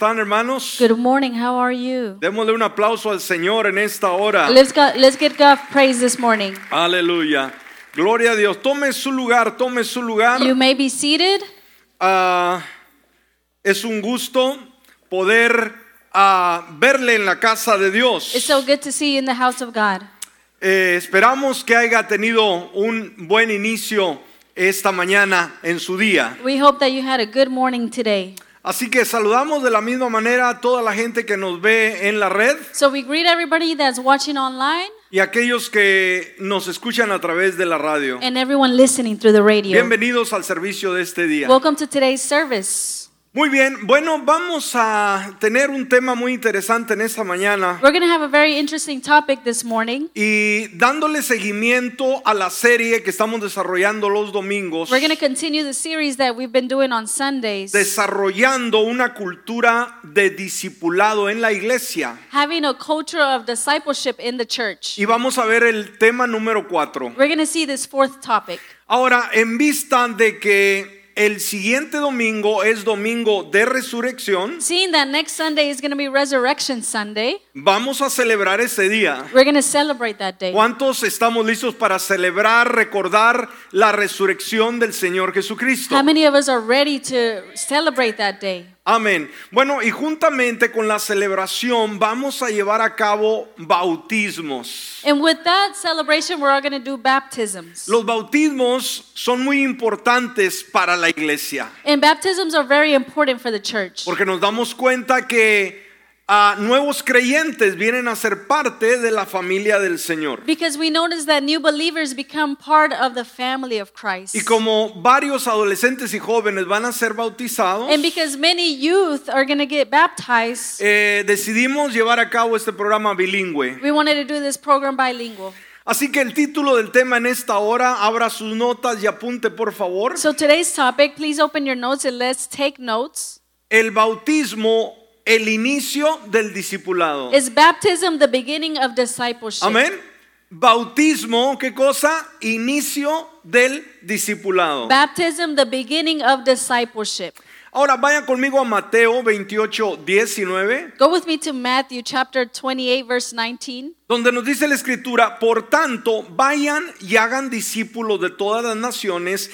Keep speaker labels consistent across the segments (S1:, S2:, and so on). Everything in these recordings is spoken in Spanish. S1: están, hermanos?
S2: Good morning. How are you?
S1: Démosle un aplauso al Señor en esta hora.
S2: Let's go, let's give God praise this morning.
S1: Aleluya. Gloria a Dios. Tome su lugar, tome su lugar.
S2: You may be seated.
S1: Ah, es un gusto poder ah, verle en la casa de Dios.
S2: It's so good to see you in the house of God.
S1: Eh, esperamos que haya tenido un buen inicio esta mañana en su día.
S2: We hope that you had a good morning today.
S1: Así que saludamos de la misma manera a toda la gente que nos ve en la red
S2: So we greet everybody that's watching online
S1: y aquellos que nos escuchan a través de la radio.
S2: and everyone listening through the radio.
S1: Bienvenidos al servicio de este día.
S2: Welcome to today's service.
S1: Muy bien, bueno, vamos a tener un tema muy interesante en esta mañana
S2: We're going to have a very interesting topic this morning.
S1: y dándole seguimiento a la serie que estamos desarrollando los domingos,
S2: We're going to continue the series that we've been doing on Sundays,
S1: desarrollando una cultura de discipulado en la iglesia.
S2: having a culture of discipleship in the church.
S1: Y vamos a ver el tema número 4.
S2: We're going to see this fourth topic.
S1: Ahora, en vista de que el siguiente domingo es domingo de resurrección,
S2: Seeing that next Sunday is going to be Resurrection Sunday,
S1: vamos a celebrar ese día.
S2: we're going to celebrate that day.
S1: ¿Cuántos estamos listos para celebrar, recordar la resurrección del Señor Jesucristo?
S2: How many of us are ready to celebrate that day?
S1: Amén. Bueno, y juntamente con la celebración vamos a llevar a cabo bautismos.
S2: And with that celebration, we're all going to do baptisms.
S1: Los bautismos son muy importantes para la iglesia,
S2: And baptisms are very important for the church
S1: porque nos damos cuenta que ah, nuevos creyentes vienen a ser parte de la familia del Señor.
S2: because we notice that new believers become part of the family of Christ.
S1: Y como varios adolescentes y jóvenes van a ser bautizados,
S2: And because many youth are going to get baptized,
S1: Eh, decidimos llevar a cabo este programa bilingüe.
S2: we wanted to do this program bilingual.
S1: Así que el título del tema en esta hora, abra sus notas y apunte por favor.
S2: So today's topic, please open your notes and let's take notes.
S1: El bautismo, el inicio del discipulado.
S2: Is baptism the beginning of discipleship?
S1: Amén. Bautismo, ¿qué cosa? Inicio del discipulado.
S2: Baptism the beginning of discipleship.
S1: Ahora vayan conmigo a Mateo 28, 19,
S2: Go with me to Matthew chapter 28 verse 19.
S1: donde nos dice la escritura, por tanto, vayan y hagan discípulos de todas las naciones,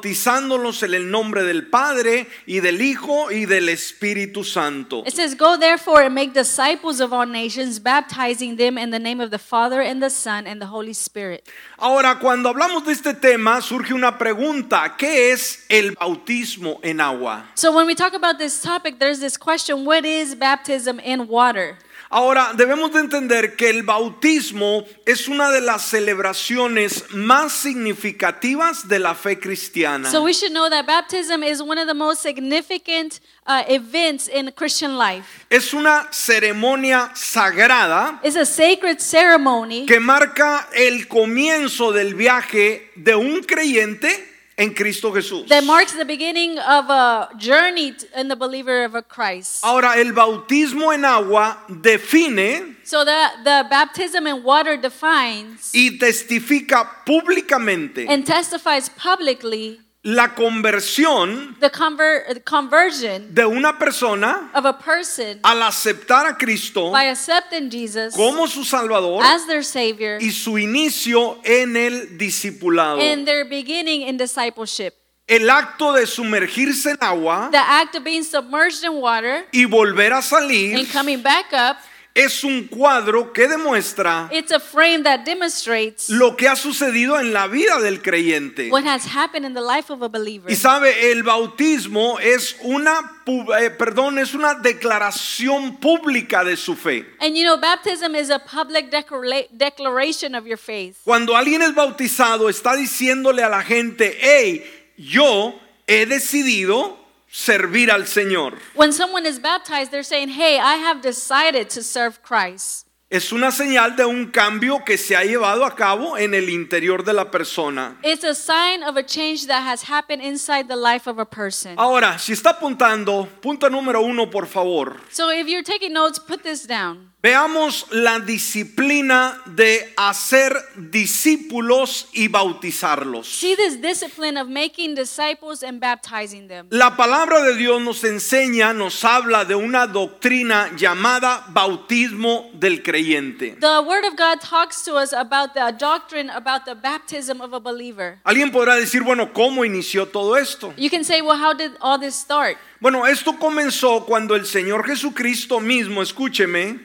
S1: bautizándolos en el nombre del Padre y del Hijo y del Espíritu Santo.
S2: It says, Go therefore and make disciples of all nations, baptizing them in the name of the Father and the Son and the Holy Spirit.
S1: Ahora, cuando hablamos de este tema, surge una pregunta, ¿qué es el bautismo en agua?
S2: So when we talk about this topic, there's this question, what is baptism in water?
S1: Ahora, debemos de entender que el bautismo es una de las celebraciones más significativas de la fe cristiana.
S2: So we should know that baptism is one of the most significant uh, events in Christian life.
S1: Es una ceremonia sagrada
S2: It's a sacred ceremony
S1: que marca el comienzo del viaje de un creyente en Cristo Jesús.
S2: that marks the beginning of a journey t- in the believer of a Christ.
S1: Ahora, el bautismo en agua define
S2: So the, the baptism in water defines
S1: y testifica públicamente
S2: and testifies publicly
S1: la conversión
S2: the, conver- the conversion
S1: de una persona
S2: of a person
S1: al aceptar a Cristo
S2: by accepting Jesus
S1: como su Salvador
S2: as their Savior
S1: y su inicio en el discipulado.
S2: and their beginning in discipleship.
S1: El acto de sumergirse en agua
S2: The act of being submerged in water
S1: y volver a salir
S2: and coming back up,
S1: es un cuadro que demuestra
S2: it's a frame that demonstrates
S1: lo que ha sucedido en la vida del creyente.
S2: what has happened in the life of a believer.
S1: Y sabe, el bautismo es una, pu- eh, perdón, es una declaración pública de su fe.
S2: And you know, baptism is a public declara- declaration of your faith.
S1: Cuando alguien es bautizado, está diciéndole a la gente, hey, yo he decidido servir al Señor.
S2: When someone is baptized, they're saying, Hey, I have decided to serve Christ.
S1: Es una señal de un cambio que se ha llevado a cabo en el interior de la persona.
S2: It's a sign of a change that has happened inside the life of a person.
S1: Oh. Ahora, si está apuntando, punto número uno, por favor.
S2: So if you're taking notes, put this down.
S1: Veamos la disciplina de hacer discípulos y bautizarlos.
S2: See this discipline of making disciples and baptizing them.
S1: La palabra de Dios nos enseña, nos habla de una doctrina llamada bautismo del creyente.
S2: The Word of God talks to us about the doctrine about the baptism of a believer.
S1: Alguien podrá decir, bueno, ¿cómo inició todo esto?
S2: You can say, well, how did all this start?
S1: Bueno, esto comenzó cuando el Señor Jesucristo mismo, escúcheme,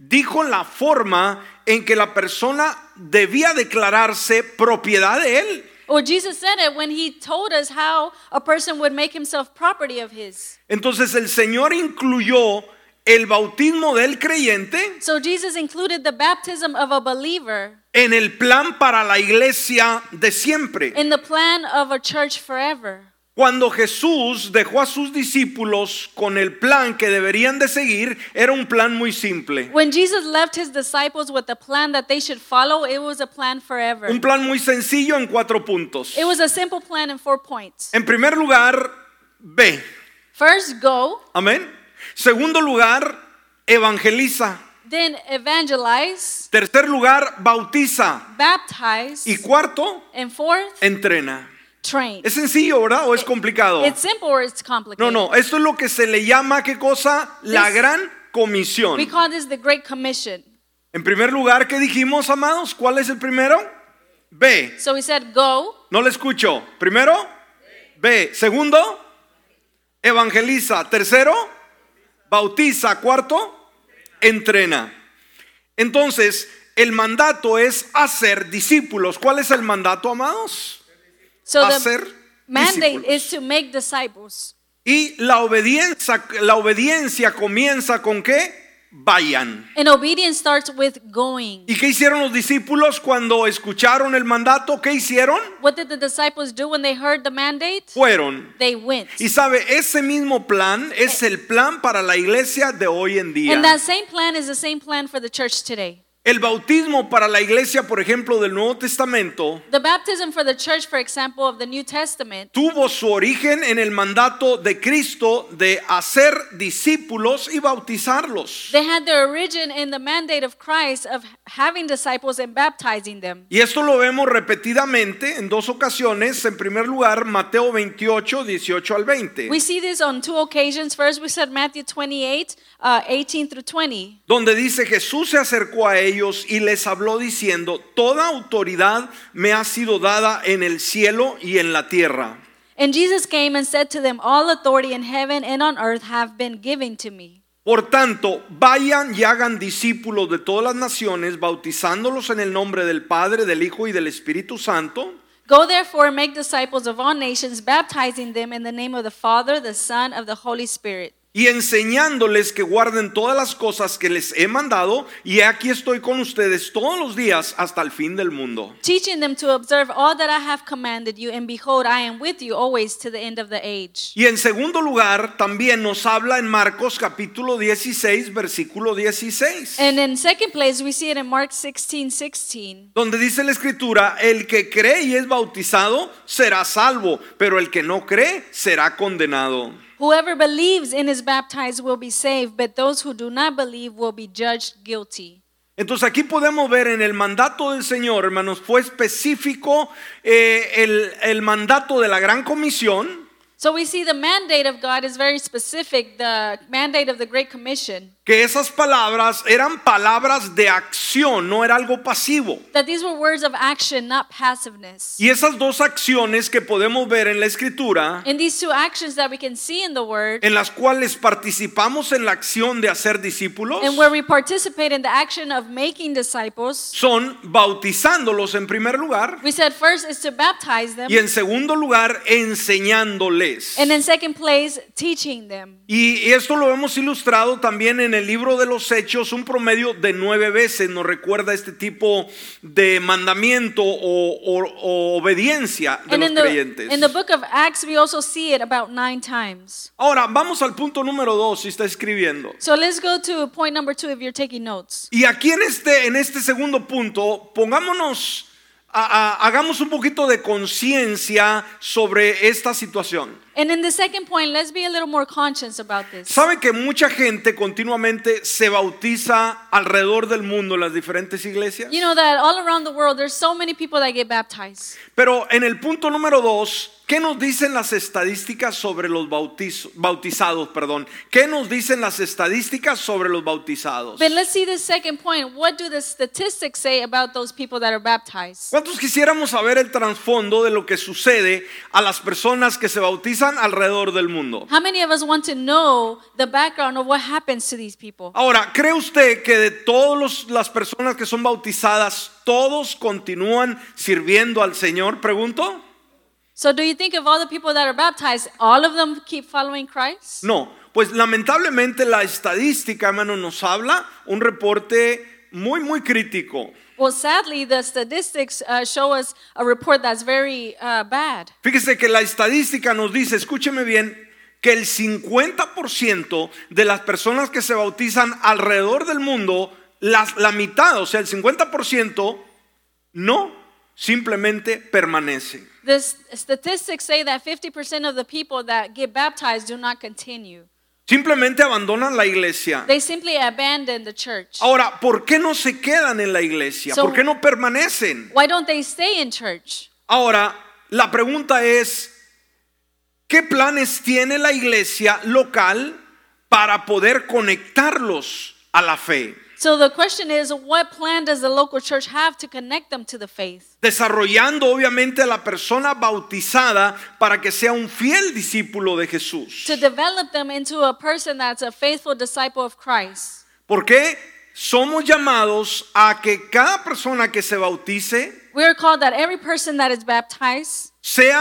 S1: dijo la forma en que la persona debía declararse propiedad de Él.
S2: Well, Jesus said it when he told us how a person would make himself property of his.
S1: Entonces el Señor incluyó el bautismo del creyente
S2: So Jesus included the baptism of a believer
S1: en el plan para la iglesia de siempre.
S2: in the plan of a church forever.
S1: Cuando Jesús dejó a sus discípulos con el plan que deberían de seguir, era un plan muy simple,
S2: When Jesus left his disciples with a plan that they should follow, it was a plan forever.
S1: un plan muy sencillo en cuatro puntos.
S2: It was a simple plan in four points.
S1: En primer lugar, ve,
S2: First, go,
S1: amén. Segundo lugar, evangeliza.
S2: then evangelize,
S1: Tercer lugar, bautiza.
S2: baptize,
S1: Y cuarto,
S2: and fourth,
S1: entrena.
S2: train.
S1: Es sencillo, ¿verdad? ¿O es complicado?
S2: It's simple or it's
S1: No,
S2: complicated.
S1: no, esto es lo que se le llama, ¿qué cosa? La
S2: This-
S1: gran comisión.
S2: We call this the Great Commission.
S1: En primer lugar, ¿qué dijimos, amados? ¿Cuál es el primero? Ve.
S2: So he said, go,
S1: No le escucho. Primero, ve. Segundo, evangeliza. Tercero, bautiza. Cuarto, entrena. Entonces, el mandato es hacer discípulos. ¿Cuál es el mandato, amados?
S2: So
S1: Hacer
S2: the mandate
S1: discípulos.
S2: is to make disciples.
S1: Y la obediencia, la obediencia comienza con que vayan.
S2: And obedience starts with going.
S1: ¿Y qué hicieron los discípulos cuando escucharon el mandato? ¿Qué hicieron?
S2: What did the disciples do when they heard the mandate?
S1: Fueron.
S2: They went.
S1: Y sabe, ese mismo plan es el plan para la iglesia de hoy en día.
S2: And that same plan is the same plan for the church today.
S1: El bautismo para la iglesia, por ejemplo, del Nuevo Testamento,
S2: The baptism for the church, for example, of the New Testament,
S1: tuvo su origen en el mandato de Cristo de hacer discípulos y bautizarlos.
S2: they had their origin in the mandate of Christ of having disciples and baptizing them.
S1: Y esto lo vemos repetidamente en dos ocasiones. En primer lugar, Mateo 28, 18 al 20,
S2: We see this on two occasions. First, we said Matthew 28, uh, 18 through 20.
S1: donde dice Jesús se acercó a ellos y les habló diciendo, Toda autoridad me ha sido dada en el cielo y en la tierra.
S2: And Jesus came and said to them, All authority in heaven and on earth have been given to me.
S1: Por tanto, vayan y hagan discípulos de todas las naciones, bautizándolos en el nombre del Padre, del Hijo y del Espíritu Santo,
S2: Go therefore and make disciples of all nations, baptizing them in the name of the Father, the Son, of the Holy Spirit.
S1: y enseñándoles que guarden todas las cosas que les he mandado, y aquí estoy con ustedes todos los días hasta el fin del mundo.
S2: teaching them to observe all that I have commanded you, and behold, I am with you always to the end of the age.
S1: Y en segundo lugar, también nos habla en Marcos capítulo 16, versículo 16.
S2: And in second place, we see it in Mark 16 16.
S1: donde dice la escritura, el que cree y es bautizado será salvo, pero el que no cree será condenado.
S2: Whoever believes and is baptized will be saved, but those who do not believe will be judged guilty.
S1: Entonces aquí podemos ver en el mandato del Señor, hermanos, fue específico eh, el, el mandato de la gran comisión
S2: So we see the mandate of God is very specific, the mandate of the Great Commission,
S1: que esas palabras eran palabras de acción, no era algo pasivo.
S2: that these were words of action, not passiveness.
S1: Y esas dos acciones que podemos ver en la escritura,
S2: And these two actions that we can see in the Word,
S1: en las cuales participamos en la acción de hacer discípulos,
S2: and where we participate in the action of making disciples,
S1: son bautizándolos en primer lugar
S2: We said first is to baptize them,
S1: y en segundo lugar enseñándoles.
S2: and in second place, teaching them.
S1: Y esto lo hemos ilustrado también en el libro de los Hechos, un promedio de nueve veces nos recuerda este tipo de mandamiento o, o- o obediencia de
S2: And
S1: los
S2: in the,
S1: creyentes.
S2: in the book of Acts, we also see it about nine times.
S1: Ahora, vamos al punto número dos, si está escribiendo.
S2: So let's go to point number two if you're taking notes.
S1: Y aquí en este, en este segundo punto, pongámonos, a- a- hagamos un poquito de conciencia sobre esta situación.
S2: And in the second point, let's be a little more conscious about this.
S1: ¿Sabe que mucha gente continuamente se bautiza alrededor del mundo en las diferentes iglesias?
S2: You know that all around the world, there's so many people that get baptized.
S1: Pero en el punto número dos, ¿qué nos dicen las estadísticas sobre los bautiz- bautizados? Perdón. ¿Qué nos dicen las estadísticas sobre los bautizados?
S2: But let's see the second point. What do the statistics say about those people that are baptized?
S1: ¿Cuántos quisiéramos saber el trasfondo de lo que sucede a las personas que se bautizan alrededor del mundo?
S2: How many of us want to know the background of what happens to these people?
S1: Ahora, ¿cree usted que de todas las personas que son bautizadas, todos continúan sirviendo al Señor? Pregunto.
S2: So, do you think of all the people that are baptized, all of them keep following Christ?
S1: No, pues lamentablemente la estadística, hermano, nos habla un reporte muy, muy crítico.
S2: Well, sadly, the statistics uh, show us a report that's very uh, bad.
S1: Fíjese que la estadística nos dice, escúcheme bien, que el 50% de las personas que se bautizan alrededor del mundo, las- la mitad, o sea, el 50%, no, simplemente permanece.
S2: The s- statistics say that 50% of the people that get baptized do not continue,
S1: Simplemente abandonan la iglesia.
S2: they simply abandon the church.
S1: Ahora, ¿por qué no se quedan en la iglesia?
S2: So-
S1: ¿Por qué no permanecen?
S2: Why don't they stay in church?
S1: Ahora, la pregunta es, ¿qué planes tiene la iglesia local para poder conectarlos a la fe?
S2: So, the question is what plan does the local church have to connect them to the faith?
S1: Desarrollando obviamente a la persona bautizada para que sea un fiel discípulo de Jesús.
S2: to develop them into a person that's a faithful disciple of Christ.
S1: ¿Por qué? Somos llamados a que cada persona que se bautice
S2: We are called that every person that is baptized
S1: sea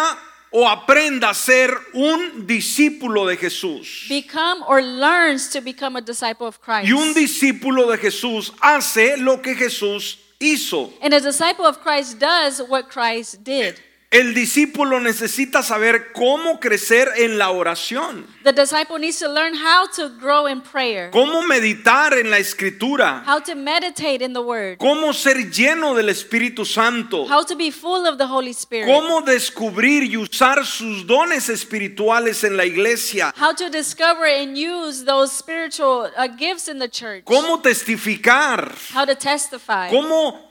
S1: o aprenda a ser un discípulo de Jesús.
S2: become or learns to become a disciple of Christ.
S1: Y un discípulo de Jesús hace lo que Jesús hizo.
S2: and a disciple of Christ does what Christ did.
S1: El discípulo necesita saber cómo crecer en la oración,
S2: The disciple needs to learn how to grow in prayer,
S1: cómo meditar en la escritura,
S2: how to meditate in the word,
S1: cómo ser lleno del Espíritu Santo,
S2: how to be full of the Holy Spirit,
S1: cómo descubrir y usar sus dones espirituales en la iglesia,
S2: how to discover and use those spiritual uh, gifts in the church,
S1: cómo testificar,
S2: how to testify,
S1: cómo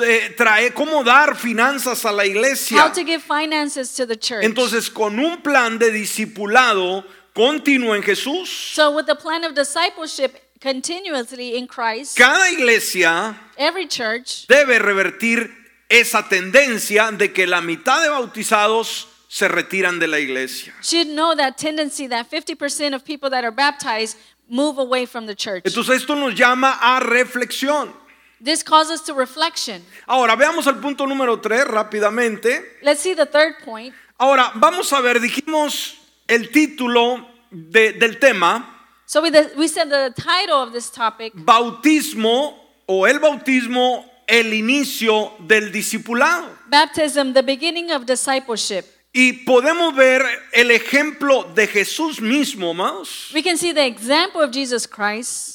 S1: eh, traer, cómo dar finanzas a la
S2: how
S1: iglesia.
S2: to give finances to the church.
S1: Entonces, con un plan de discipulado continuo en Jesús,
S2: So, with the plan of discipleship continuously in Christ,
S1: Cada iglesia
S2: every church
S1: debe revertir esa tendencia de que la mitad de bautizados se retiran de la iglesia.
S2: should know that tendency that 50% of people that are baptized move away from the church.
S1: Entonces esto nos llama a reflexión.
S2: This calls us to reflection.
S1: Ahora veamos el punto número 3 rápidamente.
S2: Let's see the third point.
S1: Ahora vamos a ver, dijimos el título de- del tema,
S2: So, we, the, we said the title of this topic
S1: bautismo o el bautismo, el inicio del discipulado.
S2: Baptism, the beginning of discipleship.
S1: Y podemos ver el ejemplo de Jesús mismo, amados.
S2: We can see the example of Jesus Christ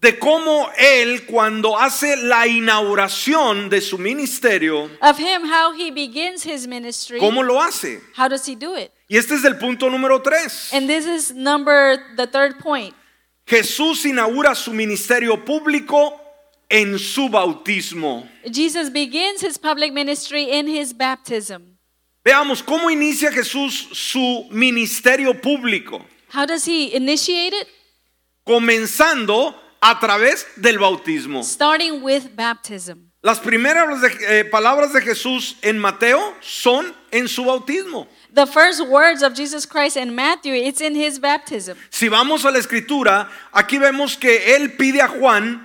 S1: de cómo él cuando hace la inauguración de su ministerio,
S2: of him, how he begins his ministry.
S1: cómo lo hace.
S2: How does he do it?
S1: Y este es el punto número tres.
S2: And this is number, the third point.
S1: Jesús inaugura su ministerio público en su bautismo.
S2: Jesus begins his public ministry in his baptism.
S1: Veamos cómo inicia Jesús su ministerio público,
S2: How does he initiate it?
S1: comenzando a través del bautismo.
S2: Starting with baptism.
S1: Las primeras de- eh, palabras de Jesús en Mateo son en su bautismo.
S2: The first words of Jesus Christ in Matthew, it's in his baptism.
S1: Si vamos a la escritura, aquí vemos que él pide a Juan,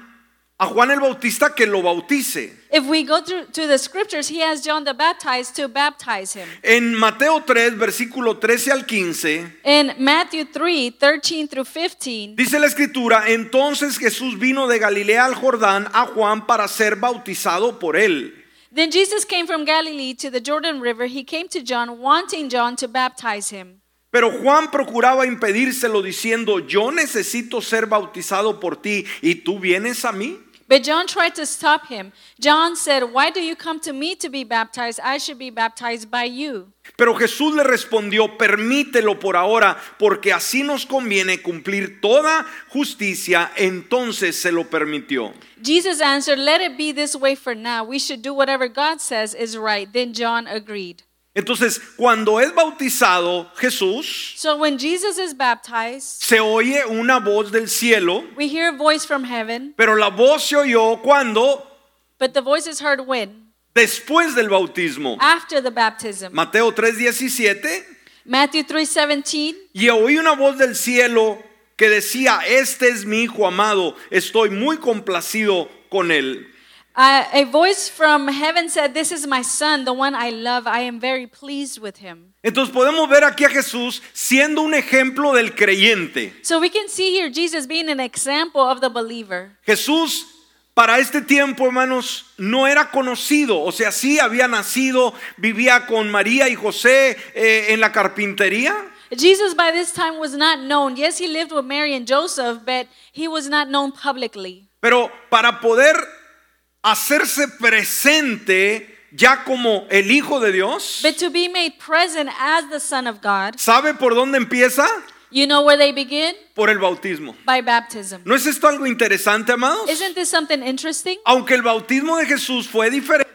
S1: a Juan el Bautista, que lo bautice.
S2: If we go through to the scriptures, he has John the Baptist to baptize him.
S1: En Mateo 3, versículo 13 al 15,
S2: In Matthew 3, 13 through 15,
S1: dice la escritura, entonces Jesús vino de Galilea al Jordán a Juan para ser bautizado por él.
S2: then Jesus came from Galilee to the Jordan River. He came to John, wanting John to baptize him.
S1: Pero Juan procuraba impedírselo diciendo, yo necesito ser bautizado por ti y tú vienes a mí.
S2: But John tried to stop him. John said, Why do you come to me to be baptized? I should be baptized by you.
S1: Pero Jesús le respondió, permítelo por ahora, porque así nos conviene cumplir toda justicia. Entonces se lo permitió.
S2: Jesus answered, Let it be this way for now. We should do whatever God says is right. Then John agreed.
S1: Entonces, cuando es bautizado Jesús,
S2: So when Jesus is baptized,
S1: se oye una voz del cielo,
S2: we hear a voice from heaven,
S1: pero la voz se oyó cuando
S2: but the voice is heard when?
S1: después del bautismo.
S2: After the baptism.
S1: Mateo 3:17,
S2: Matthew 3:17.
S1: y oí una voz del cielo que decía, este es mi hijo amado, estoy muy complacido con él.
S2: Uh, a voice from heaven said, This is my son, the one I love. I am very pleased with him.
S1: Entonces podemos ver aquí a Jesús siendo un ejemplo del creyente.
S2: So we can see here Jesus being an example of the believer.
S1: Jesús para este tiempo, hermanos, no era conocido. O sea, sí había nacido, vivía con María y José eh, en la carpintería,
S2: Jesus by this time was not known. Yes, he lived with Mary and Joseph, but he was not known publicly.
S1: pero para poder hacerse presente ya como el Hijo de Dios,
S2: But to be made present as the Son of God,
S1: ¿sabe por dónde empieza?
S2: you know where they begin?
S1: Por el bautismo.
S2: By baptism.
S1: ¿No es esto algo interesante, amados?
S2: Isn't this something interesting?
S1: Aunque el bautismo de Jesús fue diferente.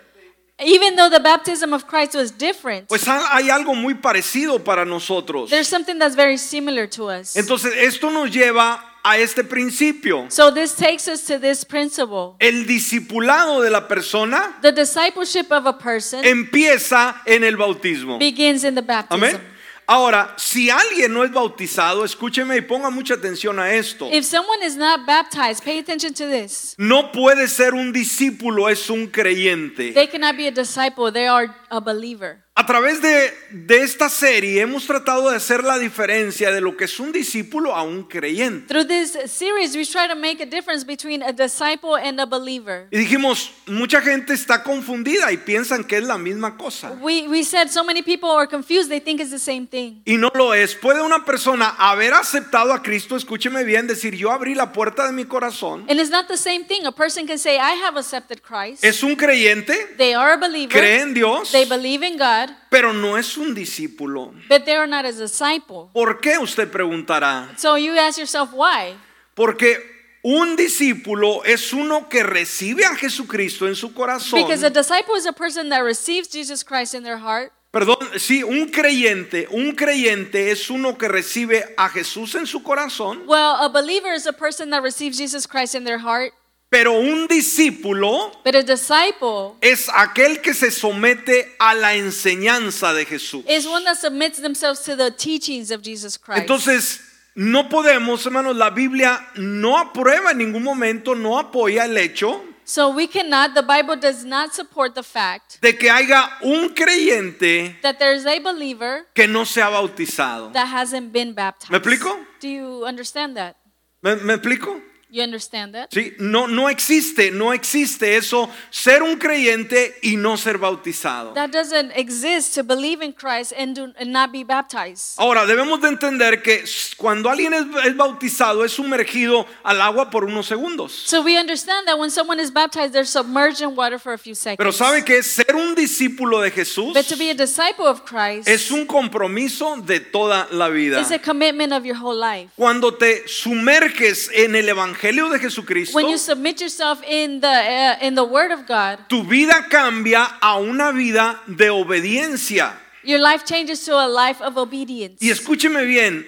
S2: Even though the baptism of Christ was different,
S1: Pues ha- hay algo muy parecido para nosotros.
S2: there's something that's very similar to us.
S1: Entonces, esto nos lleva a este principio.
S2: So this takes us to this principle.
S1: El discipulado de la persona
S2: The discipleship of a person
S1: empieza en el bautismo.
S2: begins in the baptism.
S1: Amén. Ahora, si alguien no es bautizado, escúcheme y ponga mucha atención a esto.
S2: If someone is not baptized, pay attention to this.
S1: No puede ser un discípulo, es un creyente.
S2: They cannot be a disciple, they are a believer.
S1: A través de, de esta serie hemos tratado de hacer la diferencia de lo que es un discípulo a un creyente.
S2: Through this series, we try to make a difference between a disciple and a believer.
S1: Y dijimos, mucha gente está confundida y piensan que es la misma cosa.
S2: We, we said so many people are confused, they think it's the same thing.
S1: Y no lo es. Puede una persona haber aceptado a Cristo, escúcheme bien, decir, yo abrí la puerta de mi corazón.
S2: And it's not the same thing. A person can say, I have accepted Christ.
S1: Es un creyente,
S2: They are a believer.
S1: cree en Dios,
S2: They believe in God,
S1: pero no es un discípulo.
S2: but they are not a disciple.
S1: ¿Por qué usted preguntará?
S2: So you ask yourself why?
S1: Porque un discípulo es uno que recibe a Jesucristo en su corazón.
S2: Because a disciple is a person that receives Jesus Christ in their heart.
S1: Perdón, sí, un creyente, un creyente es uno que recibe a Jesús en su corazón,
S2: Well, a believer is a person that receives Jesus Christ in their heart,
S1: pero un discípulo
S2: but a disciple
S1: es aquel que se somete a la enseñanza de Jesús.
S2: is one that submits themselves to the teachings of Jesus Christ.
S1: Entonces, no podemos, hermanos, la Biblia no aprueba en ningún momento, no apoya el hecho
S2: so we cannot, the Bible does not support the fact
S1: de que haya un creyente
S2: that there's a believer
S1: que no sea bautizado.
S2: that hasn't been baptized.
S1: ¿Me explico?
S2: Do you understand that?
S1: ¿Me, me explico?
S2: You understand that?
S1: Sí, no, no existe, no existe eso, ser un creyente y no ser bautizado.
S2: That doesn't exist to believe in Christ and, do, and not be baptized.
S1: Ahora, debemos de entender que cuando alguien es, es bautizado es sumergido al agua por unos segundos.
S2: So we understand that when someone is baptized, they're submerged in water for a few seconds.
S1: Pero sabe que ser un discípulo de Jesús
S2: But to be a disciple of Christ
S1: es un compromiso de toda la vida.
S2: is a commitment of your whole life.
S1: Cuando te sumerges en el evangelio de Jesucristo,
S2: When you submit yourself in the uh, in the Word of God,
S1: tu vida cambia a una vida de obediencia.
S2: your life changes to a life of obedience.
S1: Y escúcheme bien,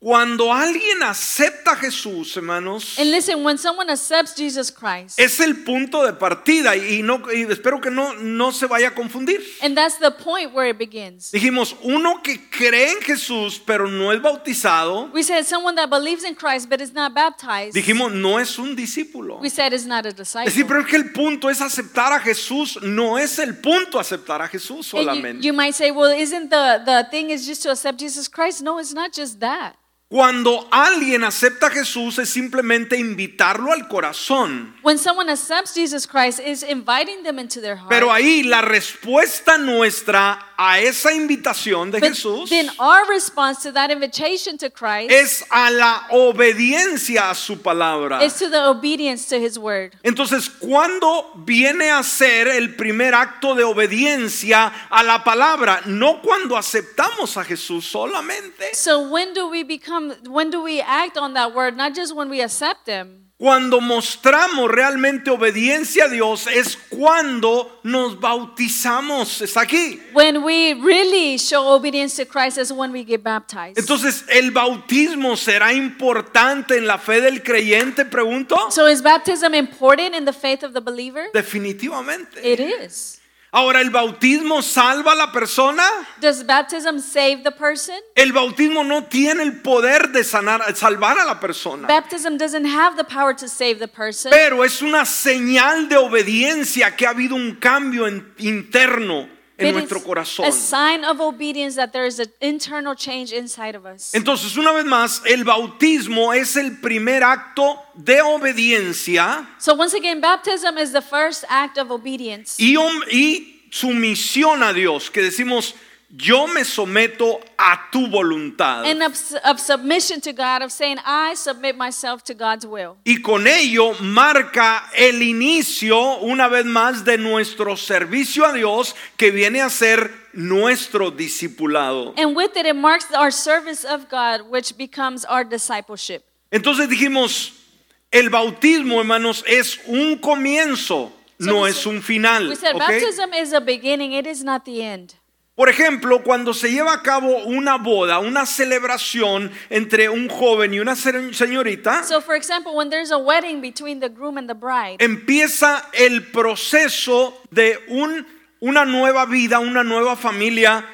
S1: cuando alguien acepta a Jesús, hermanos,
S2: And listen, when someone accepts Jesus Christ,
S1: es el punto de partida y, no, y espero que no, no se vaya a confundir.
S2: and that's the point where it begins.
S1: Dijimos, uno que cree en Jesús pero no es bautizado,
S2: We said someone that believes in Christ but is not baptized.
S1: dijimos, no es un discípulo.
S2: We said is not a
S1: Es decir, pero
S2: disciple.
S1: es que el punto es aceptar a Jesús, no es el punto aceptar a Jesús
S2: And you,
S1: solamente.
S2: you might say, well, isn't the, the thing is just to accept Jesus Christ? No, it's not just that.
S1: Cuando alguien acepta a Jesús es simplemente invitarlo al corazón.
S2: When someone accepts Jesus Christ, is inviting them into their heart.
S1: Pero ahí la respuesta nuestra a esa invitación de
S2: But
S1: Jesús
S2: then our response to that invitation to Christ
S1: es a la obediencia a su palabra.
S2: is to the obedience to his word.
S1: Entonces, ¿cuándo viene a ser el primer acto de obediencia a la palabra? No cuando aceptamos a Jesús solamente.
S2: So when do we become when do we act on that word? Not just when we accept him.
S1: Cuando mostramos realmente obediencia a Dios es cuando nos bautizamos. Es aquí.
S2: When we really show obedience to Christ is when we get baptized.
S1: Entonces, ¿el bautismo será importante en la fe del creyente? Pregunto.
S2: so is baptism important in the faith of the believer?
S1: Definitivamente.
S2: It is.
S1: Ahora, ¿el bautismo salva a la persona?
S2: Does baptism save the person?
S1: El bautismo no tiene el poder de sanar, salvar a la persona,
S2: Baptism doesn't have the power to save the person,
S1: pero es una señal de obediencia que ha habido un cambio en- interno en
S2: but
S1: nuestro
S2: it's
S1: corazón.
S2: a sign of obedience that there is an internal change inside of us.
S1: Entonces, una vez más, el bautismo es el primer acto de obediencia
S2: So once again, baptism is the first act of obedience
S1: y, om- y sumisión a Dios, que decimos, yo me someto a tu voluntad.
S2: and of, of submission to God, of saying, I submit myself to God's will.
S1: Y con ello marca el inicio, una vez más, de nuestro servicio a Dios que viene a ser nuestro discipulado.
S2: And with it, it marks our service of God, which becomes our discipleship.
S1: Entonces dijimos, el bautismo, hermanos, es un comienzo, no
S2: we
S1: es
S2: said-
S1: un final.
S2: We said
S1: ¿ok?
S2: baptism is a beginning, it is not the end.
S1: Por ejemplo, cuando se lleva a cabo una boda, una celebración entre un joven y una se- señorita,
S2: So, for example, when there's a wedding between the groom and the bride,
S1: empieza el proceso de un- una nueva vida, una nueva familia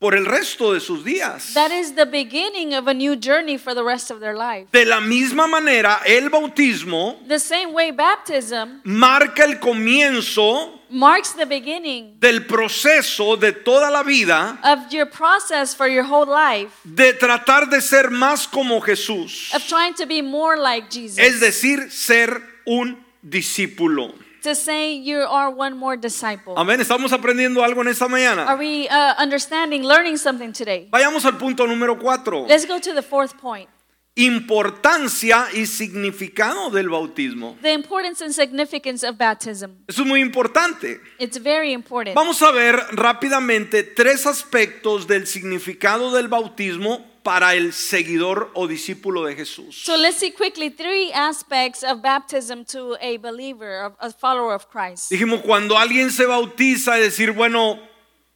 S1: por el resto de sus días.
S2: that is the beginning of a new journey for the rest of their life.
S1: De la misma manera, el bautismo
S2: The same way, baptism
S1: marca el comienzo
S2: marks the beginning
S1: del proceso de toda la vida
S2: of your process for your whole life
S1: de tratar de ser más como Jesús,
S2: of trying to be more like Jesus.
S1: es decir, ser un discípulo.
S2: to say you are one more disciple.
S1: Amén, estamos aprendiendo algo en esta
S2: Are
S1: mañana.
S2: we uh, understanding, learning something today?
S1: Vayamos al punto número cuatro.
S2: Let's go to the fourth point
S1: importancia y significado del bautismo.
S2: the importance and significance of baptism.
S1: Eso es muy importante.
S2: It's very important.
S1: Vamos a ver rápidamente tres aspectos del significado del bautismo para el seguidor o discípulo de Jesús.
S2: So let's see quickly three aspects of baptism to a believer, of- a follower of Christ.
S1: Dijimos, cuando alguien se bautiza, decir, bueno,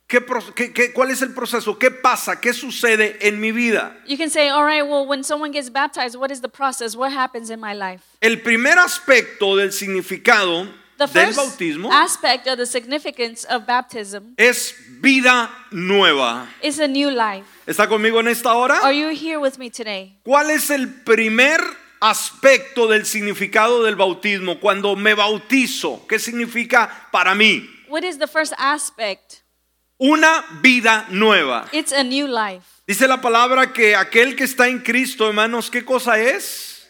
S1: ¿qué, pro- qué- qué- cuál es el proceso? ¿Qué pasa? ¿Qué sucede en mi vida?
S2: You can say, all right, well, when someone gets baptized, what is the process? What happens in my life?
S1: El primer aspecto del significado
S2: The
S1: del
S2: first
S1: bautismo
S2: aspect of the significance of baptism
S1: es vida nueva.
S2: is a new life.
S1: ¿Está conmigo en esta hora?
S2: Are you here with me today?
S1: ¿Cuál es el primer aspecto del significado del bautismo? Cuando me bautizo, ¿qué significa para mí?
S2: What is the first aspect?
S1: Una vida nueva.
S2: It's a new life.
S1: Dice la palabra que aquel que está en Cristo, hermanos, ¿qué cosa es?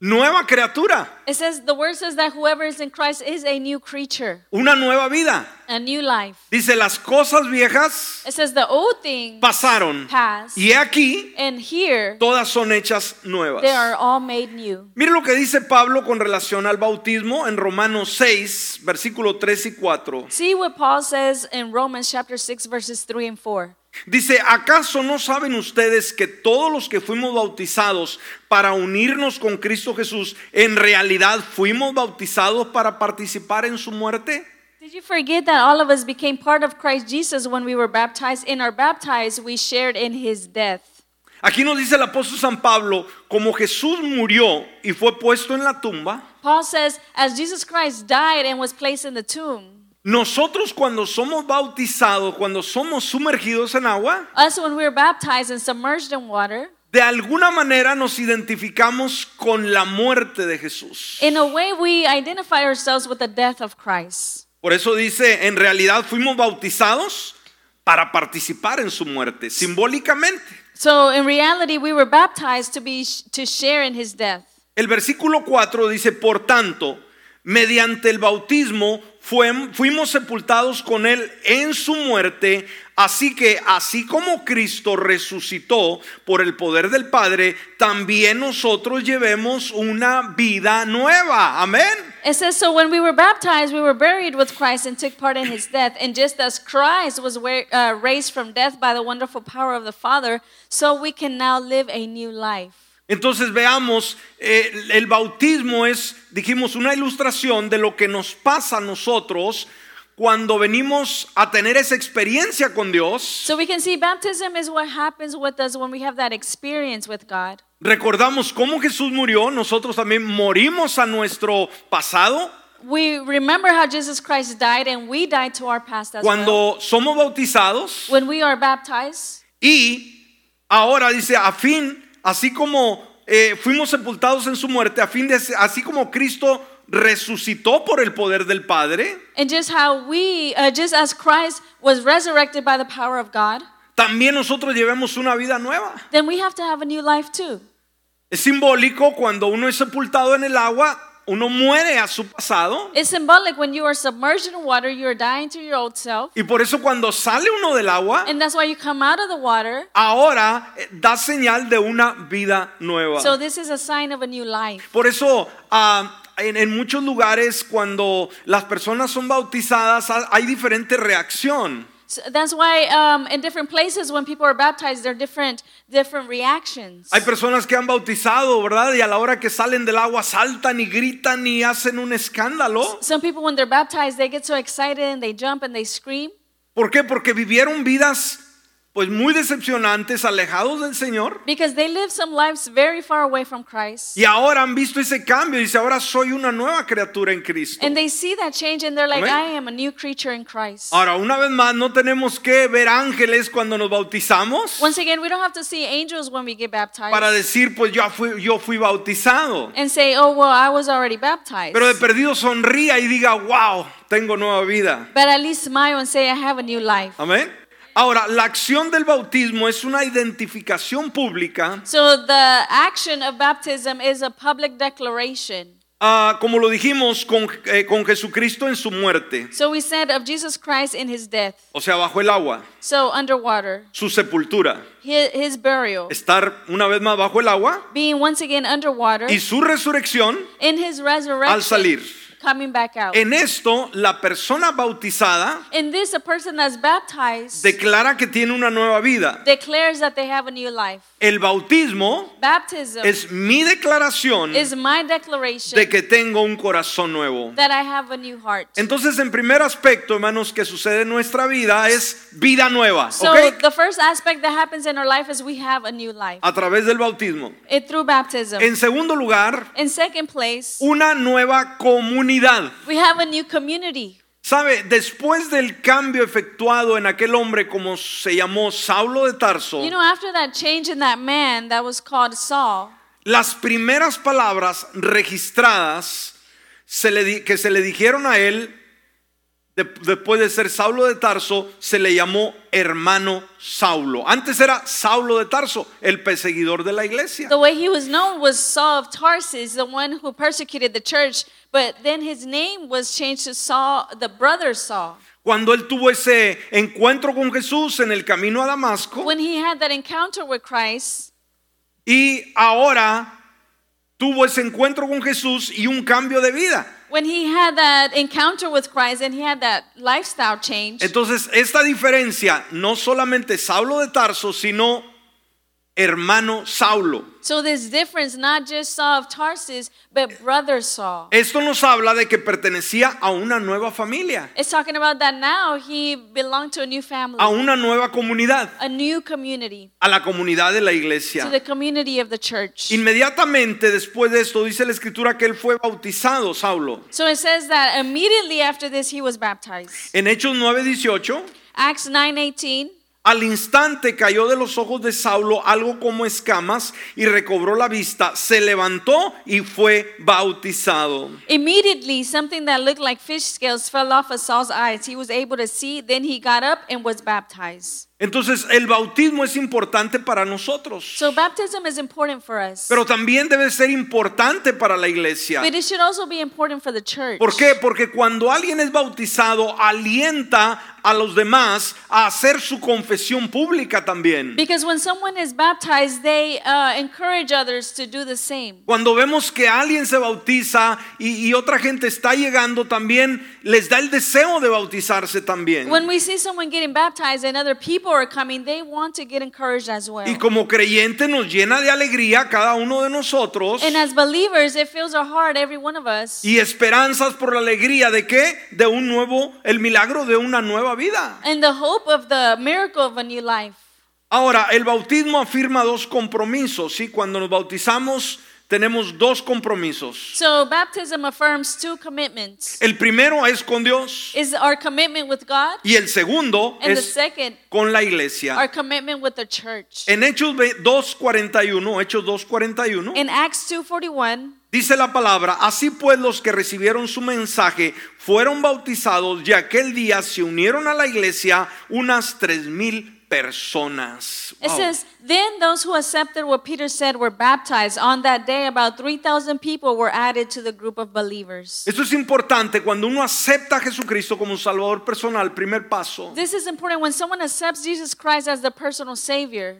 S1: Nueva criatura,
S2: It says the word says that whoever is in Christ is a new creature,
S1: una nueva vida.
S2: a new life.
S1: Dice, las cosas viejas
S2: It says the old thing
S1: pasaron
S2: passed,
S1: y he aquí
S2: and here
S1: todas son hechas nuevas.
S2: they are all made new.
S1: Mire lo que dice Pablo con relación al bautismo en Romanos 6, versículo 3 y 4.
S2: See what Paul says in Romans chapter 6 verses 3 and 4.
S1: Dice, ¿acaso no saben ustedes que todos los que fuimos bautizados para unirnos con Cristo Jesús, en realidad fuimos bautizados para participar en su muerte?
S2: Did you forget that all of us became part of Christ Jesus when we were baptized? In our baptized, we shared in his death.
S1: Aquí nos dice el apóstol San Pablo, como Jesús murió y fue puesto en la tumba,
S2: Paul says, as Jesus Christ died and was placed in the tomb,
S1: nosotros cuando somos bautizados, cuando somos sumergidos en agua,
S2: us when we were baptized and submerged in water,
S1: de alguna manera nos identificamos con la muerte de Jesús.
S2: In a way, we identify ourselves with the death of Christ.
S1: Por eso dice, en realidad fuimos bautizados para participar en su muerte, simbólicamente.
S2: So in reality, we were baptized to be to share in his death.
S1: El versículo 4 dice, por tanto, mediante el bautismo fuem- fuimos sepultados con él en su muerte, así que así como Cristo resucitó por el poder del Padre, también nosotros llevemos una vida nueva. Amén.
S2: It says, so when we were baptized, we were buried with Christ and took part in his death. And just as Christ was wa- uh, raised from death by the wonderful power of the Father, so we can now live a new life.
S1: Entonces veamos, eh, el bautismo es, dijimos, una ilustración de lo que nos pasa a nosotros cuando venimos a tener esa experiencia con Dios.
S2: So we can see baptism is what happens with us when we have that experience with God.
S1: Recordamos cómo Jesús murió, nosotros también morimos a nuestro pasado.
S2: We remember how Jesus Christ died, and we died to our past as well.
S1: Cuando somos bautizados
S2: When we are baptized,
S1: y ahora dice, a fin, así como eh, fuimos sepultados en su muerte, a fin de, así como Cristo resucitó por el poder del Padre,
S2: and just how we, uh, just as Christ was resurrected by the power of God,
S1: también nosotros llevemos una vida nueva.
S2: then we have to have a new life too.
S1: Es simbólico cuando uno es sepultado en el agua, uno muere a su pasado.
S2: It's symbolic when you are submerged in water, you are dying to your old self.
S1: Y por eso cuando sale uno del agua,
S2: And that's why you come out of the water.
S1: ahora eh, da señal de una vida nueva.
S2: So, this is a sign of a new life.
S1: Por eso ah, en, en muchos lugares cuando las personas son bautizadas ha- hay diferente reacción.
S2: So that's why um, in different places, when people are baptized, there are different, different reactions.
S1: Hay personas que han bautizado, ¿verdad? Y a la hora que salen del agua saltan y gritan y hacen un escándalo.
S2: Some people, when they're baptized, they get so excited and they jump and they scream.
S1: ¿Por qué? Porque vivieron vidas pues muy decepcionantes, alejados del Señor.
S2: Because they live some lives very far away from Christ.
S1: Y ahora han visto ese cambio. Dice, ahora soy una nueva criatura en Cristo.
S2: And they see that change and they're like,
S1: Amen.
S2: I am a new creature in Christ.
S1: Ahora, una vez más, no tenemos que ver ángeles cuando nos bautizamos
S2: Once again, we don't have to see angels when we get baptized
S1: para decir, pues yo fui, yo fui bautizado.
S2: and say, oh, well, I was already baptized.
S1: Pero de perdido sonría y diga, wow, tengo nueva vida.
S2: But at least smile and say, I have a new life.
S1: Amén. Ahora, la acción del bautismo es una identificación pública.
S2: So the action of baptism is a public declaration.
S1: ah, como lo dijimos con, eh, con Jesucristo en su muerte,
S2: So we said of Jesus Christ in his death,
S1: o sea, bajo el agua,
S2: so underwater,
S1: su sepultura,
S2: his, his burial,
S1: estar una vez más bajo el agua
S2: being once again underwater,
S1: y su resurrección
S2: in his resurrection,
S1: al salir.
S2: coming back out.
S1: En esto, la persona bautizada
S2: in this, a person that's baptized
S1: declara que tiene una nueva vida.
S2: declares that they have a new life.
S1: El bautismo
S2: Baptism
S1: es mi declaración
S2: is my declaration
S1: de que tengo un corazón nuevo.
S2: that I have a new heart.
S1: Entonces, en primer aspecto, hermanos, que sucede en nuestra vida es vida nueva,
S2: so
S1: ¿ok?
S2: the first aspect that happens in our life is we have a new life
S1: A través del bautismo.
S2: it through baptism.
S1: En segundo lugar,
S2: In second place,
S1: una nueva comunidad.
S2: we have a new community.
S1: ¿Sabe? Después del cambio efectuado en aquel hombre como se llamó Saulo de Tarso,
S2: You know, after that change in that man that was called Saul,
S1: las primeras palabras registradas se le di- que se le dijeron a él de- después de ser Saulo de Tarso se le llamó hermano Saulo. Antes era Saulo de Tarso, el perseguidor de la iglesia.
S2: the way he was known was Saul of Tarsus, the one who persecuted the church, but then his name was changed to Saul, the brother Saul.
S1: Cuando él tuvo ese encuentro con Jesús en el camino a Damasco
S2: When he had that encounter with Christ,
S1: y ahora tuvo ese encuentro con Jesús y un cambio de vida.
S2: when he had that encounter with Christ and he had that lifestyle change,
S1: Entonces, esta diferencia no solamente Saulo de Tarso, sino hermano Saulo.
S2: so this difference, not just Saul of Tarsus, but brother Saul.
S1: Esto nos habla de que pertenecía a una nueva familia,
S2: It's talking about that now he belonged to a new family,
S1: a una nueva comunidad,
S2: a new community,
S1: a la comunidad de la
S2: to the
S1: iglesia.
S2: community of the church.
S1: Inmediatamente después de esto dice la escritura que él fue bautizado, Saulo.
S2: So it says that immediately after this he was baptized.
S1: En Hechos 9:18
S2: Acts 9:18,
S1: Al instante cayó de los ojos de Saulo algo como escamas y recobró la vista, se levantó y fue bautizado.
S2: Immediately, something that looked like fish scales fell off of Saul's eyes. He was able to see. Then he got up and was baptized.
S1: Entonces el bautismo es importante para nosotros,
S2: So, baptism is important for us,
S1: pero también debe ser importante para la iglesia.
S2: but it should also be important for the church.
S1: ¿Por qué? Porque cuando alguien es bautizado, alienta a los demás a hacer su confesión pública también.
S2: Because when someone is baptized, they uh, encourage others to do the same.
S1: Cuando vemos que alguien se bautiza y, y otra gente está llegando también, les da el deseo de bautizarse también.
S2: When we see someone getting baptized and other people are coming, they want to get encouraged as well.
S1: Y como creyente nos llena de alegría a cada uno de nosotros
S2: And as believers, it fills our heart, every one of us,
S1: y esperanzas por la alegría de qué? De un nuevo, el milagro de una nueva vida.
S2: and the hope of the miracle of a new life.
S1: Ahora, el bautismo afirma dos compromisos, ¿sí? Cuando nos bautizamos tenemos dos compromisos.
S2: So, baptism affirms two commitments
S1: El primero es con Dios
S2: is our commitment with God,
S1: y el segundo
S2: and the
S1: es
S2: second,
S1: con la iglesia.
S2: our commitment with the church.
S1: En Hechos ve- 2.41, Hechos 2.41,
S2: In Acts 2:41,
S1: dice la palabra, así pues los que recibieron su mensaje fueron bautizados y aquel día se unieron a la iglesia unas tres mil personas.
S2: It
S1: Wow.
S2: says, Then those who accepted what Peter said were baptized. On that day, about 3,000 people were added to the group of believers.
S1: Esto es importante cuando uno acepta a Jesucristo como un salvador personal, primer paso.
S2: This is important when someone accepts Jesus Christ as their personal Savior.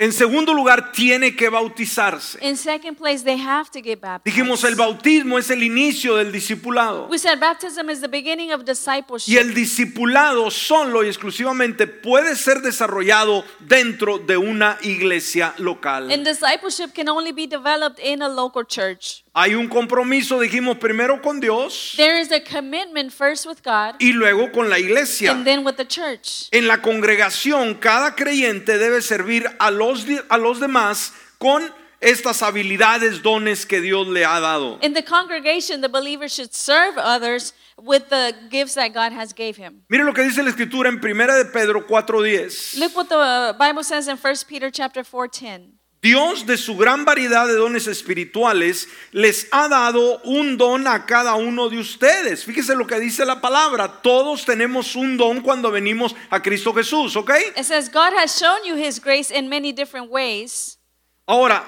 S1: En segundo lugar, tiene que bautizarse.
S2: In second place, they have to get baptized.
S1: Dijimos, el bautismo es el inicio del discipulado.
S2: we said baptism is the beginning of
S1: Y
S2: discipleship.
S1: el discipulado solo y exclusivamente puede ser desarrollado dentro de una iglesia
S2: and
S1: local.
S2: discipleship can only be developed in a local church.
S1: Hay un compromiso, dijimos, primero con Dios
S2: There is a commitment first with God
S1: y luego con la iglesia.
S2: and then with the church.
S1: En la congregación, cada creyente debe servir a los, di- a los demás con estas habilidades, dones que Dios le ha dado.
S2: In the congregation, the believer should serve others with the gifts that God has gave him.
S1: Mire lo que dice la escritura en 1 de Pedro 4:10.
S2: Look what the Bible says in 1 Peter chapter 4:10.
S1: Dios de su gran variedad de dones espirituales les ha dado un don a cada uno de ustedes. Fíjese lo que dice la palabra. Todos tenemos un don cuando venimos a Cristo Jesús, ¿ok?
S2: It says God has shown you his grace in many different ways.
S1: Ahora,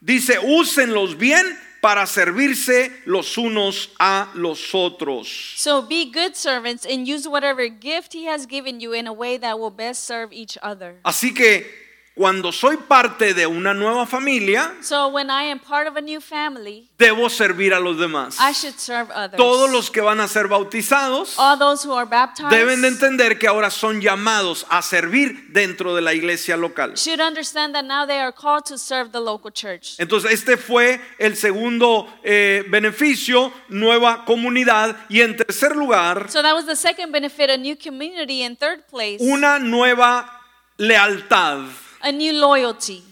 S1: dice, úsenlos bien para servirse los unos a los otros.
S2: So be good servants and use whatever gift he has given you in a way that will best serve each other.
S1: Así que cuando soy parte de una nueva familia,
S2: So when I am part of a new family,
S1: debo servir a los demás.
S2: I should serve others.
S1: Todos los que van a ser bautizados
S2: All those who are baptized
S1: deben de entender que ahora son llamados a servir dentro de la iglesia local.
S2: should understand that now they are called to serve the local church.
S1: Entonces, este fue el segundo eh, beneficio, nueva comunidad. Y en tercer lugar,
S2: So that was the second benefit, a new community. In third place,
S1: una nueva lealtad.
S2: a new loyalty.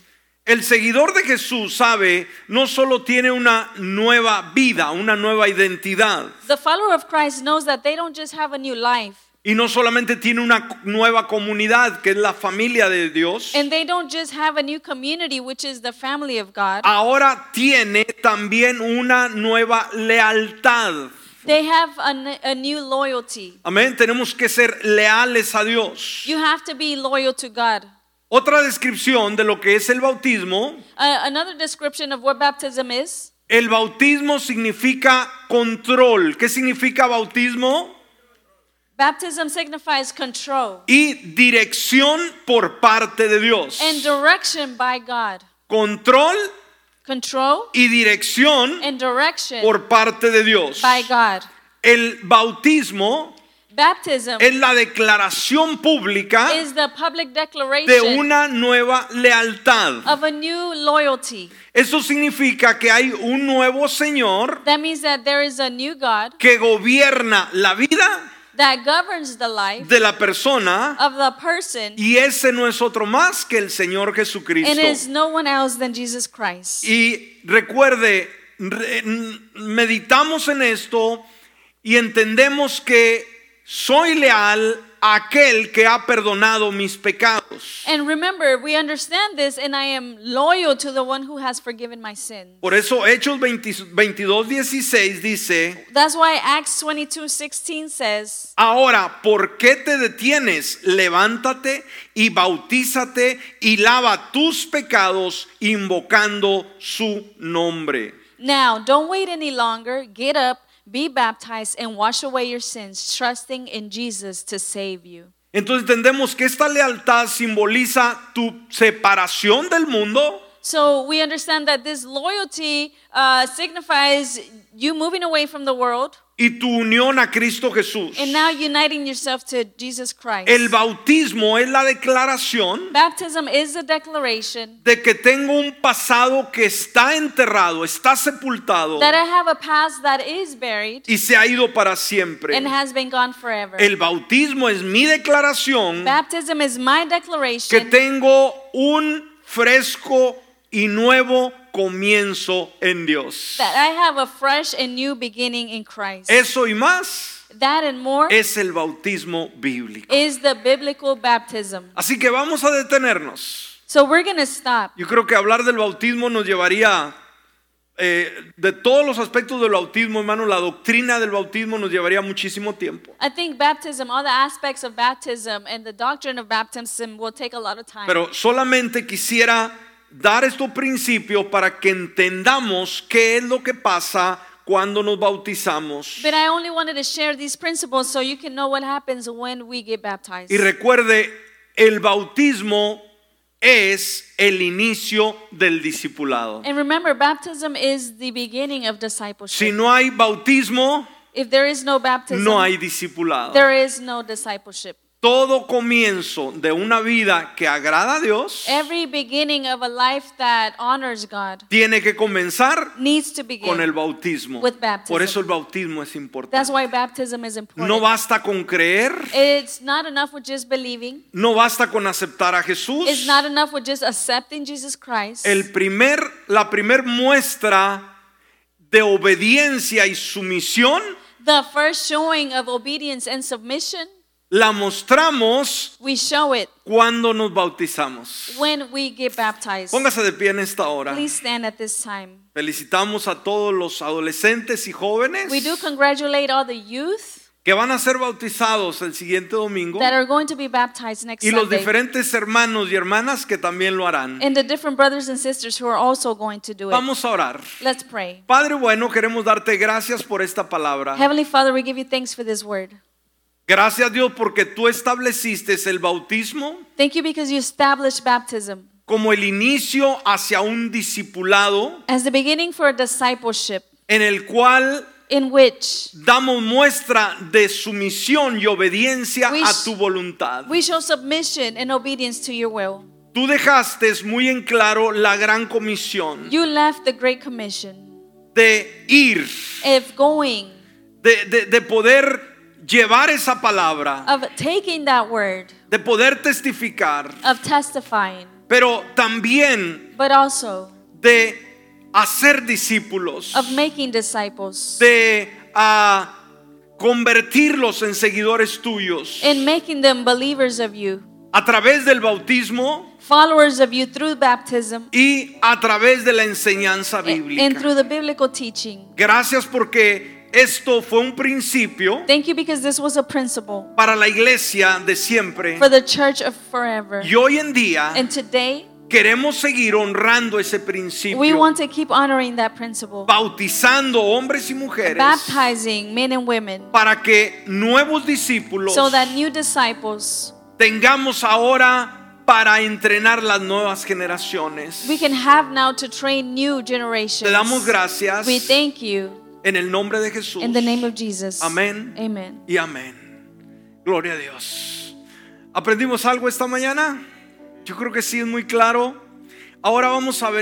S1: El seguidor de Jesús sabe, no solo tiene una nueva vida, una nueva identidad,
S2: The follower of Christ knows that they don't just have a new life
S1: y no solamente tiene una nueva comunidad, que es la familia de Dios,
S2: and they don't just have a new community, which is the family of God.
S1: ahora tiene también una nueva lealtad.
S2: They have a, n- a new loyalty.
S1: Amén, tenemos que ser leales a Dios.
S2: You have to be loyal to God.
S1: Otra descripción de lo que es el bautismo,
S2: Uh, another description of what baptism is
S1: el bautismo significa control. ¿Qué significa bautismo?
S2: baptism signifies control
S1: Y dirección por parte de Dios.
S2: and direction by God.
S1: Control
S2: Control
S1: y dirección
S2: and direction
S1: por parte de Dios.
S2: by God.
S1: El bautismo
S2: Baptism
S1: es la declaración pública
S2: is the public
S1: de
S2: declaration
S1: una nueva lealtad.
S2: of a new loyalty.
S1: Eso significa que hay un nuevo Señor
S2: That means that there is a new God
S1: que gobierna la vida
S2: that governs the life.
S1: de la persona
S2: of the person
S1: Y ese no es otro más que el Señor
S2: and is
S1: Jesucristo.
S2: no one else than Jesus Christ.
S1: Y recuerde, re- n- meditamos en esto y entendemos que soy leal aquel que ha perdonado mis pecados.
S2: And remember, we understand this, and I am loyal to the one who has forgiven my sin.
S1: Por eso Hechos 20 22, 16 dice,
S2: That's why Acts 22 16 says,
S1: ahora, ¿por qué te detienes? Levántate y bautízate y lava tus pecados invocando su nombre.
S2: Now, don't wait any longer. Get up, be baptized, and wash away your sins, trusting in Jesus to save you.
S1: Entonces entendemos que esta lealtad simboliza tu separación del mundo,
S2: So we understand that this loyalty uh, signifies you moving away from the world
S1: y tu unión a Cristo Jesús.
S2: and now uniting yourself to Jesus Christ.
S1: El bautismo es la declaración
S2: Baptism is a declaration
S1: de que tengo un pasado que está enterrado, está sepultado
S2: that I have a past that is buried
S1: y se ha ido para siempre.
S2: and has been gone forever.
S1: El bautismo es mi declaración
S2: Baptism is my
S1: que
S2: declaration
S1: tengo un fresco y nuevo comienzo en Dios.
S2: that I have a fresh and new beginning in Christ.
S1: Eso y más
S2: That and more
S1: es el bautismo bíblico.
S2: is the biblical baptism.
S1: Así que vamos a detenernos.
S2: So we're going to stop.
S1: Yo creo que hablar del bautismo nos llevaría, eh, de todos los aspectos del bautismo, hermano, la doctrina del bautismo nos llevaría muchísimo tiempo.
S2: I think baptism, all the aspects of baptism and the doctrine of baptism will take a lot of time.
S1: Pero solamente quisiera dar estos principios para que entendamos qué es lo que pasa cuando nos bautizamos.
S2: But I only wanted to share these principles so you can know what happens when we get baptized.
S1: Y recuerde, el bautismo es el inicio del discipulado.
S2: And remember, baptism is the beginning of
S1: Si
S2: discipleship.
S1: no hay bautismo,
S2: If there is no baptism,
S1: no hay discipulado.
S2: there is no discipleship.
S1: Todo comienzo de una vida que agrada a Dios
S2: Every beginning of a life that honors God
S1: tiene que comenzar
S2: needs to
S1: con el
S2: begin.
S1: bautismo.
S2: With baptism.
S1: Por eso el bautismo es
S2: That's
S1: importante.
S2: why baptism is important.
S1: No basta con creer,
S2: It's not enough with just believing.
S1: no basta con aceptar a Jesús.
S2: It's not enough with just accepting Jesus Christ.
S1: El primer, la primer muestra de obediencia y sumisión
S2: The first showing of obedience and submission,
S1: la mostramos
S2: we show it
S1: cuando nos bautizamos.
S2: when we get baptized.
S1: Póngase de pie en esta hora.
S2: Please stand at this time.
S1: Felicitamos a todos los adolescentes y jóvenes
S2: We do congratulate all the youth
S1: que van a ser bautizados el siguiente domingo
S2: that are going to be baptized next
S1: y los
S2: Sunday
S1: diferentes hermanos y hermanas que también lo harán.
S2: and the different brothers and sisters who are also going to do it.
S1: Vamos a orar.
S2: Let's pray.
S1: Padre bueno, queremos darte gracias por esta palabra.
S2: Heavenly Father, we give you thanks for this word.
S1: Gracias Dios porque tú estableciste el bautismo
S2: Thank you because you established baptism
S1: como el inicio hacia un discipulado
S2: as the beginning for a discipleship
S1: en el cual
S2: in which
S1: damos muestra de sumisión y obediencia
S2: We
S1: a
S2: s-
S1: tu voluntad.
S2: we show submission and obedience to your will.
S1: Tú dejaste muy en claro la gran comisión
S2: You left the Great Commission
S1: de ir,
S2: of going,
S1: de, de- de poder llevar esa palabra,
S2: of taking that word,
S1: de poder testificar,
S2: of testifying,
S1: pero también
S2: but also
S1: de hacer discípulos,
S2: of making disciples
S1: de ah, convertirlos en seguidores tuyos
S2: and making them believers of you,
S1: a través del bautismo
S2: followers of you through baptism
S1: y a través de la enseñanza
S2: and, and
S1: bíblica.
S2: eh, through the biblical teaching.
S1: Gracias porque esto fue un principio
S2: Thank you because this was a principle
S1: para la iglesia de siempre.
S2: for the church of forever.
S1: Y hoy en día
S2: And today,
S1: queremos seguir honrando ese
S2: we
S1: principio,
S2: want to keep honoring that principle,
S1: bautizando hombres y mujeres
S2: baptizing men and women
S1: para que nuevos discípulos
S2: so that new disciples,
S1: tengamos ahora para entrenar las nuevas generaciones.
S2: we can have now to train new generations.
S1: Te damos gracias
S2: We thank you
S1: en el nombre de Jesús.
S2: in the name of Jesus.
S1: Amén.
S2: Amen.
S1: y amén. Gloria a Dios. ¿Aprendimos algo esta mañana? Yo creo que sí es muy claro. Ahora vamos a venir.